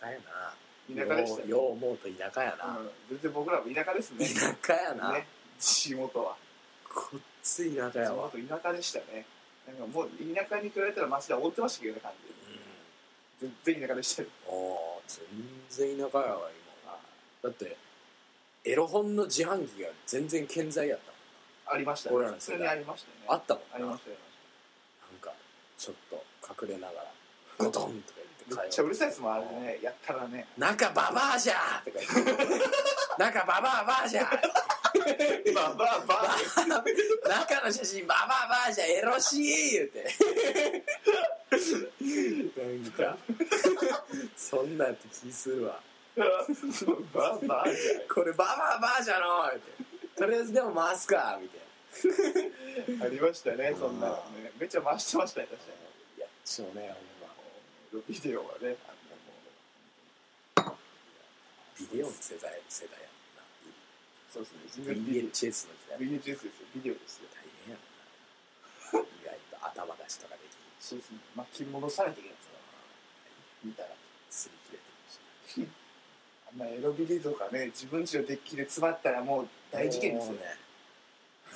舎やな田舎でしたようね、よう思うと田舎やな、うん、全然僕らも田舎ですね田舎やな、ね地元はこっつい田舎地やわ、うん、元田舎でしたねなんかもう田舎に比べたら街では覆ってましたけどね感じ全然田舎でしたねおー全然田舎やわ今だってエロ本の自販機が全然健在やったありましたね俺らの普世通代にありましたよねあったもんありましたよなんかちょっと隠れながらゴトンとか言ってめっちゃううるさいですもんあれねやったらね中ババアじゃーとか言って 中ババアバアじゃーバーバーバー中の写真ババアバアじゃエロしい言うてなんかそんなんやって気するわバーバーこれババアバアじゃの言うてとりあえずでも回すかみたいなありました ねそんなのねめっちゃ回してましたね確かにやっちゃうねほんまビデオはねあのもうビデオの世代世代やそうですもねんな VHS の時代 VHS ですよビデオですよ大変やもんな意外と頭出しとかできるそうですね巻き戻さないといけないですから見たらすり切れてるしあんなエロビデとかね自分ちのデッキで詰まったらもう大事件ですよね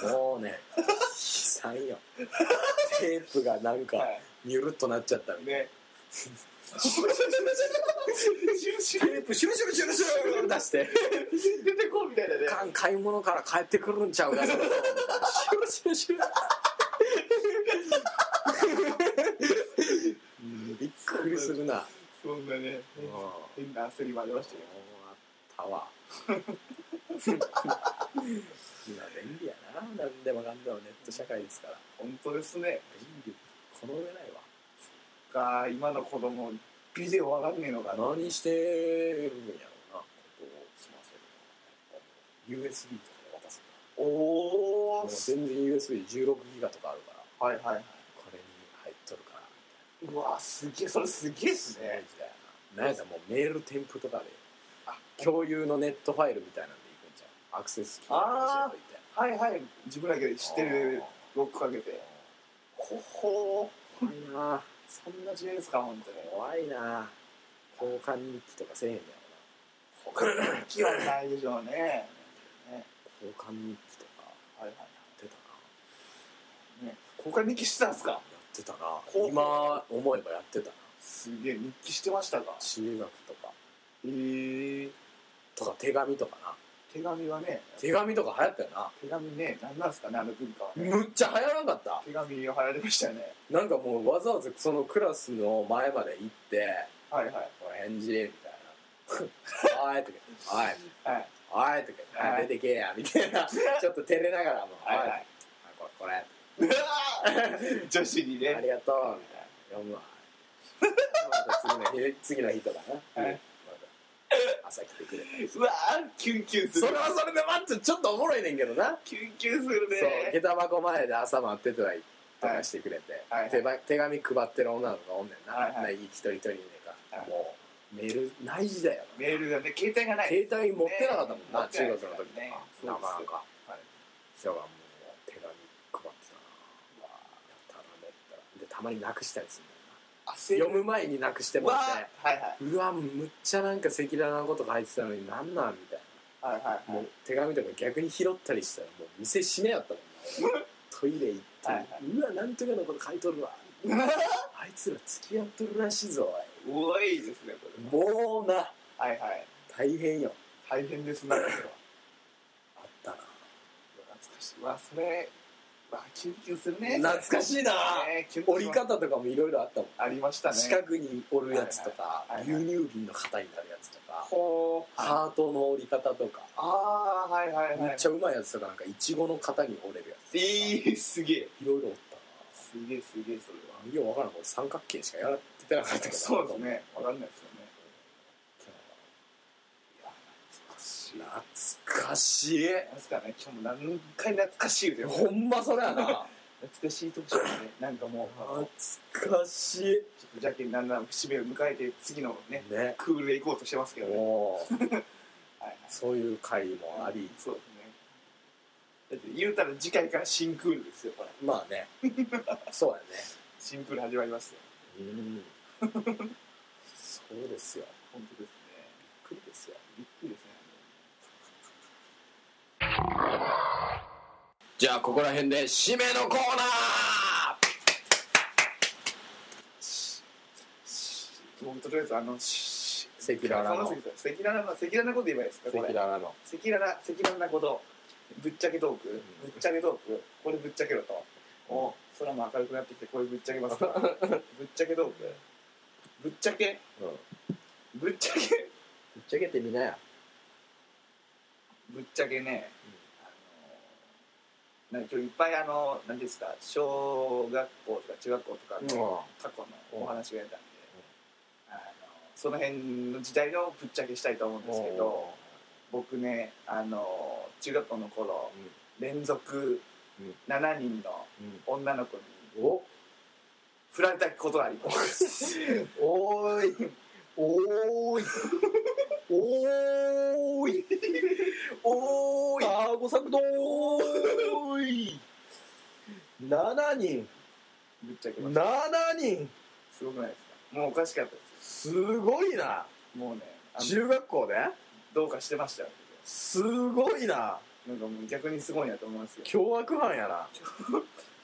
ねもうね悲惨よテープがなんかはニュルっとなっちゃったみいたい ねなテープシュルシュルシュルシュル出して出てこうみたいなね缶買い物から帰ってくるんちゃうかそろそろシュルシュルシュルうんびっくりするなそんなねうん変な焦りもありましたよあったわ今便利やな何でもかんでもネット社会ですから本当ですね便利この上ないわが今の子供ビデオわかんねえのかな何してるんやろうなことを済ませるの USB とかで渡すおのもおう全然 USB16 ギガとかあるからはいはいはいこれに入っとるからうわすげえそれすげえっすすごいね時代やななんやったらもうメール添付とかであ共有のネットファイルみたいなんでいくんじゃんアクセスキー教えあーといてはいはい自分だけで知ってるあーロックかけてほほ怖いなーそんな時代ですか本当に怖いな交換日記とかせえへんや他に 気はないでしょうねねろな交換日記とかはいはいやってたなね交換日記してたんすかやってたな今思えばやってたなすげえ日記してましたか中学とかえー、とか手紙とかな手紙はね手紙とか流行ったよな手紙ね何なんすかねあの文化はねむっちゃ流行らなかった手紙が流行りましたよねなんかもうわざわざそのクラスの前まで行ってはいはい「これ返事」みたいな「 はい」とか「はい」はい「はい」とかははいい「出てけや」みたいなちょっと照れながらも「はいは」はいいこれこれうわー女子にあねりがとう」みたいな読 むわまた次の日次の日とかな、はいまた朝来てくれたうわーキュンキュンすそるれはそれで待ってちょっとおもろいねんけどなキュンキュンするそうね下駄箱前で朝待ってたりとかしてくれて、はいはい手ば手紙配ってる女の子がおんねんな、はいはい一人一人にねか、はいもうメールない時代やメールがね携帯がなない携帯持ってなかったもんな、ね中学の時とか、ねなかなかはいそはもう手紙配ってたなうわやったなめったらでたまになくしたりするんだよな焦読む前になくしてもらわってーはいはうわむっちゃなんか赤裸々なことが入ってたのになんなんみたいいはいはいなもう手紙とか逆に拾ったりしたらもう店閉めやったもんなトイレ行って、はいはいうわなんとかのこと書いと るわあいつら付き合っとるらしいぞ多いですねこおいもうなれはいはい大変よ大変ですなこれはあったな懐かしいわそれわキュンキュンするね懐かいしいなねキュンキュン折り方とかもいろいろあったもんありましたね四角に折るやつとかはいはいはい牛乳瓶の型になるやつとかほうハートの折り方とかああはいはいめはっいちゃうまいやつとかなんかいちごの型に折れるやつとかえー、すげえいろいろおったすげえすげえそれはな。ようわからん、これ三角形しかやってなかったけど。そうですねわかんないですよねいや懐かしい懐かしい。なんすかね今日も何回懐かしいよねほんまそれやな。懐かしいとこじゃねなんかもう懐かしい。ちょっとじゃけんだんだん節目を迎えて次のねね。クールで行こうとしてますけどねもう、はいはいそういう回もあり。そうですねだって言うたら次回から新クールですよこれまあね。そうやね。新クール始まりますようん。そうそうですよ本当ですねびっくりですよびっくりですねじゃあここら辺で締めのコーナーし僕とりあえずあのしセキュララの赤裸々な赤裸々なこと言えばいいですかこれ赤ラの裸々赤裸々なことぶっちゃけトークぶっちゃけトークこれぶっちゃけろとお空も明るくなってきてこれぶっちゃけますかぶっちゃけトークぶっちゃけうんぶっぶっちゃけちゃけてみなやぶっちゃけね、あのなんか今日いっぱいあの何ですか小学校とか中学校とかうんの過去のお話が出たんで、あのその辺の時代のぶっちゃけしたいと思うんですけど僕ねあの中学校の頃連続うん7人の女の子にお振られたことがありますおーいおーいおーいおーいあーご作動ーい7人ぶっちゃけました7人すごくないですかもうおかしかったですすごいなもうねあの中学校でどうかしてましたよすごいななんかもう逆にすごいなと思いますよ凶悪犯やな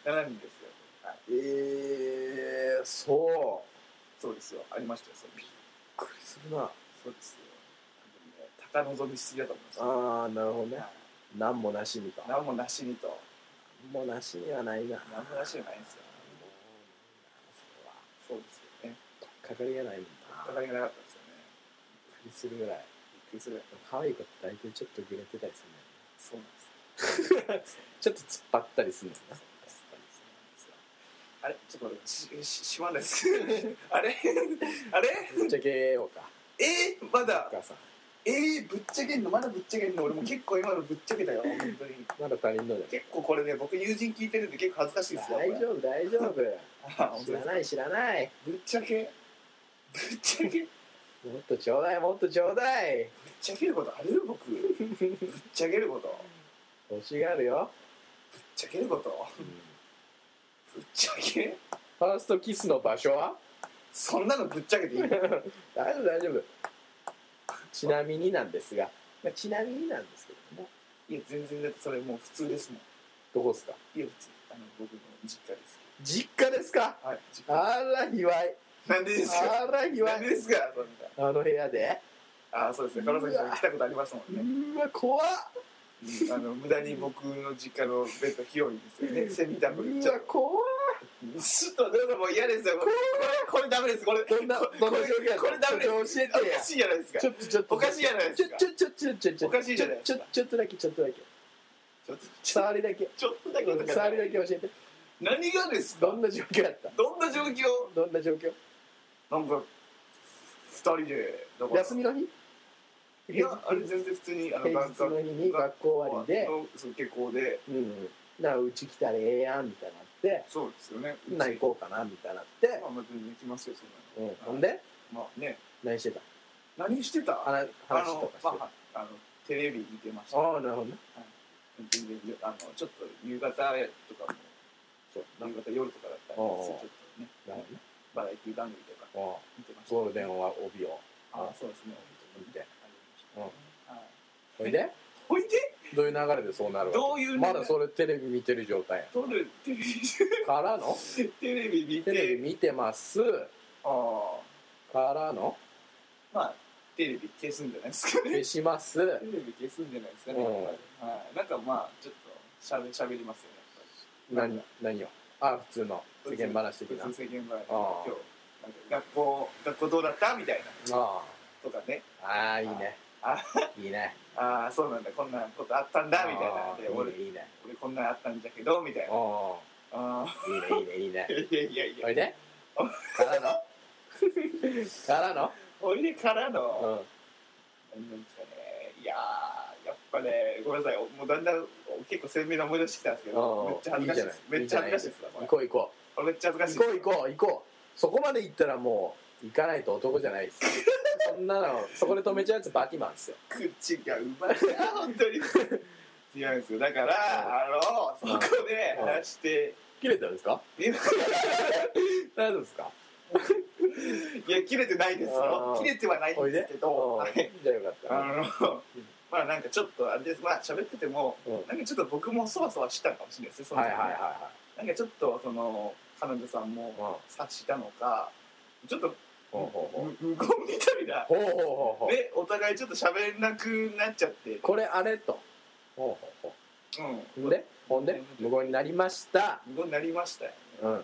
7人ですよはいえー、そうそうですよありましたよそれびっくりするなそうですよあのね高望みしすぎだと思いますよあーなるほどねはい何もなしにか何もなしにと何もなしにはないな何もなしにはないんですよそうですよねかかりがないもんな戦いがなかったですびっくりすよねるぐらいびっくりする可愛い子って大体ちょっとグレてたりするんそうなんですだよ ねちょっよと突っ張ったりするんだよなあれちょっとしししまんないです あれあれぶっちゃけようかえー、まだお母さんえー、ぶっちゃけんのまだぶっちゃけんの俺も結構今のぶっちゃけたよ本当にまだ他人のじ結構これね僕友人聞いてるんで結構恥ずかしいゃでんすよ大丈これ夫大丈夫あ本当知でらすかない知らないぶっちゃけぶっちゃけもっとちょうだいもっとちょうだいぶっちゃけることある僕ぶっちゃけることぶっ欲しがるよ、ちゃけることぶっちゃけファーストキスの場所は そんなのぶっちゃけていい大丈夫大丈夫ちなみになんですが、まあ、ちなみになんですけどもいや全然だってそれもう普通ですもどこですかんいや普通あの僕の実家です実家ですかはい実家あら卑猥なんでですかあら卑なんでで猥すかそんなあの部屋でああそうですね彼女さん来たことありますもんねうわ怖っうんあの無駄に僕の実家のベッド広いんですよねセミダブルうちょわっと怖っちょっとでももう嫌ですよこれこれこれダメですこれどんなどんな状況やったこれダメですちょっと教えておやかしいじゃないですかちょっとちょっとおかしいじゃないでちすょかちょちょちょちょちょおかしいじゃないですちょかちょっとだけちょっとだけちょっとちょ触りだけちょっとだけとか触りだけ教えて何がですかどんな状況やったどんな状況どんな状況なんか二人でだから休みの日いやあれ全然普通にあの平日の日に学校終わりで、のそう下校でうん、なうち来たらええやんみたいになってそうですよねな行こうかなみたいになってま、あまあ全然行きますよそうんんな、ほんでまあね何してた何してたあ話話とのかしてたまああのテレビ見てましたああなるほどね全然あのちょっと夕方とかもそう夕方夜とかだったらおうおうちょっとねなるほどねバラエティ番組とかああ見てましたゴールデンは帯をあそうですね見てありましたはいほいでほいでどういう流れでそうなるわけどういうねまだそれテレビ見てる状態撮るテレやからのビテレビ見テレてビ見てますああからのまあテレビ消すんじゃないですかね消しますテレビ消すんじゃないですかね、うんはいなんかまあちょっとしゃべしゃべりますよねやっぱり何何をあ普通の世間話的な普通世間あ話あ今日なんか学校学校どうだったみたいなあとかねあああいいねあいいねああそうなんだこんなことあったんだみたいなあんあで俺いいね俺こんなんあったんじゃけどみたいなああああいいねいいねいいねいやいやいほやいでからのからのおいでからうのん何なんですかねいやーやっぱねごめんなさいもうだんだん結構鮮明な思い出してきたんですけどめっちゃ恥ずかしいですめっちゃ恥ずかしいです行こう行こうこれめっちゃ恥ずかしい行こう行こう行こうそこまで行ったらもう行かないと男じゃないですそんなのそこで止めちゃうやつバティマンですよ口がうまいな本当に違うんですよだからあのそこで話して切れたんですかみんな大丈夫ですかいや切れてないですよあー切れてはないんおいでですけどおはーいじゃあよかったあのまあなんかちょっとあれですまあ喋っててもうんなんかちょっと僕もそわそわしたかもしれないですねそのはい時はいねはいなんかちょっとその彼女さんもはい察したのかちょっとほうほうほうむ無言みたいなほうほうほうほうでお互いちょっと喋れなくなっちゃってこれあれとほうほううほんうでほんで無言になりました無言になりましたよねうんなん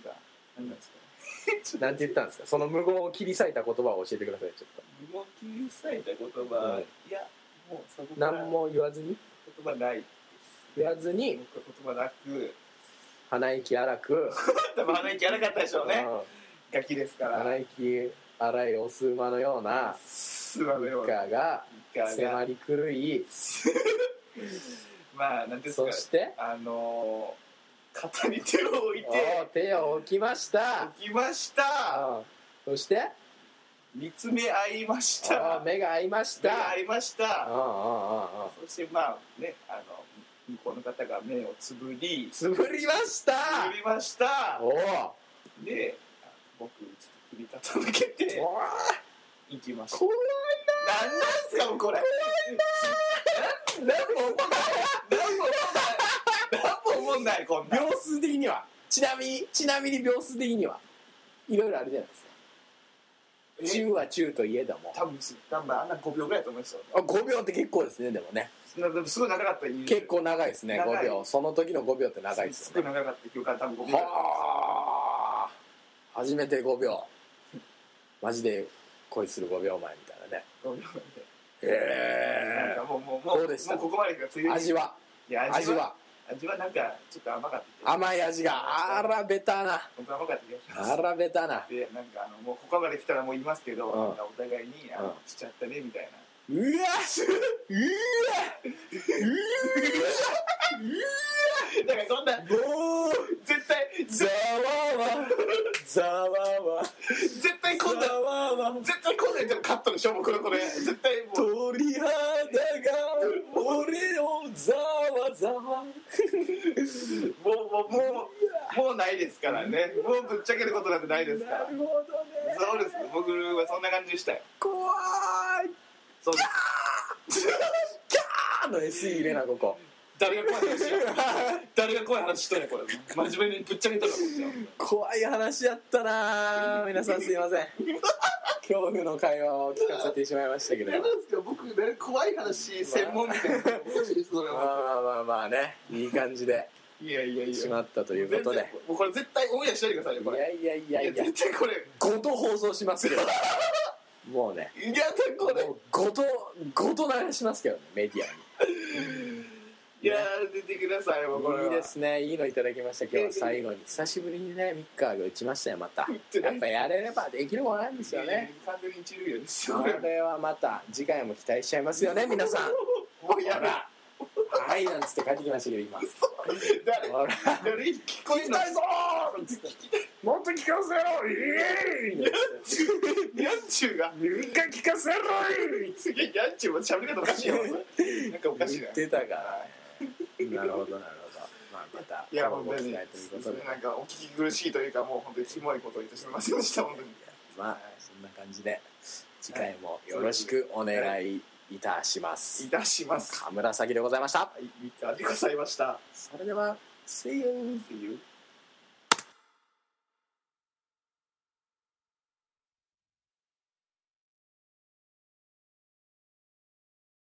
かなんなんですかなんて言ったんですかその無言を切り裂いた言葉を教えてくださいちょっ無言切り裂いた言葉、うんいやもうそことから何も言わずに言葉ない言わず僕には言葉なく鼻息荒く多分鼻息荒かったでしょうねうんガキですから鼻息荒いオス馬のようなすま一のような家が一家が迫り狂いまあなんですそかしてあのー、肩に手を置いおてー手を置きました起きましたうんそして見つめ合いましあたー目が合いまし目たが合いましたああそしてまあねあの向こうの方が目をつぶりつつぶりましたぶりましたおおーであ僕ちょっと首傾けてお行きましたこなんなんすかもうこれれなんも何も思んない何も思んないこんなん秒数的にはちなみにちなみに秒数的にはいろいろあるじゃないですかえ10は10といえども多分す多分あんな5秒ぐらいだと思いますよあ5秒って結構ですねでもねなでもすごい長かった結構長いですね長い5秒その時の5秒って長いですすごよいね長かった記憶から多分5秒はあ初めて5秒マジで恋する5秒前みたいなね5秒なんへかもうもうもどううでしたもうここまでが強えい味はいや味味はは味はなんかちょっと甘かった甘い味があらベタな本当甘かった気がしますあらベタなでなんかあのもうここまで来たらもう言いますけど、うんなんかお互いにあうんのしちゃったねみたいなうわうわだからそんなうわ絶対ざぜわわざわわ絶対今度ざわわ絶対今度やったらカットでしょ僕のこれ絶対もう鳥肌が俺をざわざわもうもうもうもうないですからねもうぶっちゃけることなんてないですからなるほどねそうです僕はそんな感じでしたよ怖いそうですあの SE 入れなここ誰が怖い話しよう誰が怖い話しとるこれ真面目にぶっちゃけとるわこっちは怖い話やったなあ皆さんすいま せん恐怖の会話を聞かせてしまいましたけどなんですか僕ね怖い話専門みたいなまあまあまあまあねいい感じでいやいやいやしまったということで全然もうこれ絶対オンエアしないでくださいよいこれやいやいやいや絶対これごと放送しますけどもうねいやこれもうごとごと流しますけどねメディアにいや出てくださいよこれはいいですねいいのいただきました今日は最後に久しぶりにねミッカーが打ちましたよまたてなやいっぱやれればできるもんなんですよね完全に一流ですよここれれはまた次回も期待しちゃいますよね皆さんもうやほだらはいなんつって帰ってきましたけど今誰ほら誰聞こえないぞもっと聞かせろイエーイニャンチューが一回聞かせろいすげえニャンチューも喋り方おかしいよなんかおかしいな言ってたからなるほどなるほどまあまたいや本当ご期に待ということでなんかお聞き苦しいというかもう本当にキモいことを言ってすみませんでした本当にまあそんな感じで次回もよろしくお願いいたしますいたします田村咲でございましたはい、三日でございました。それでは See you! See you.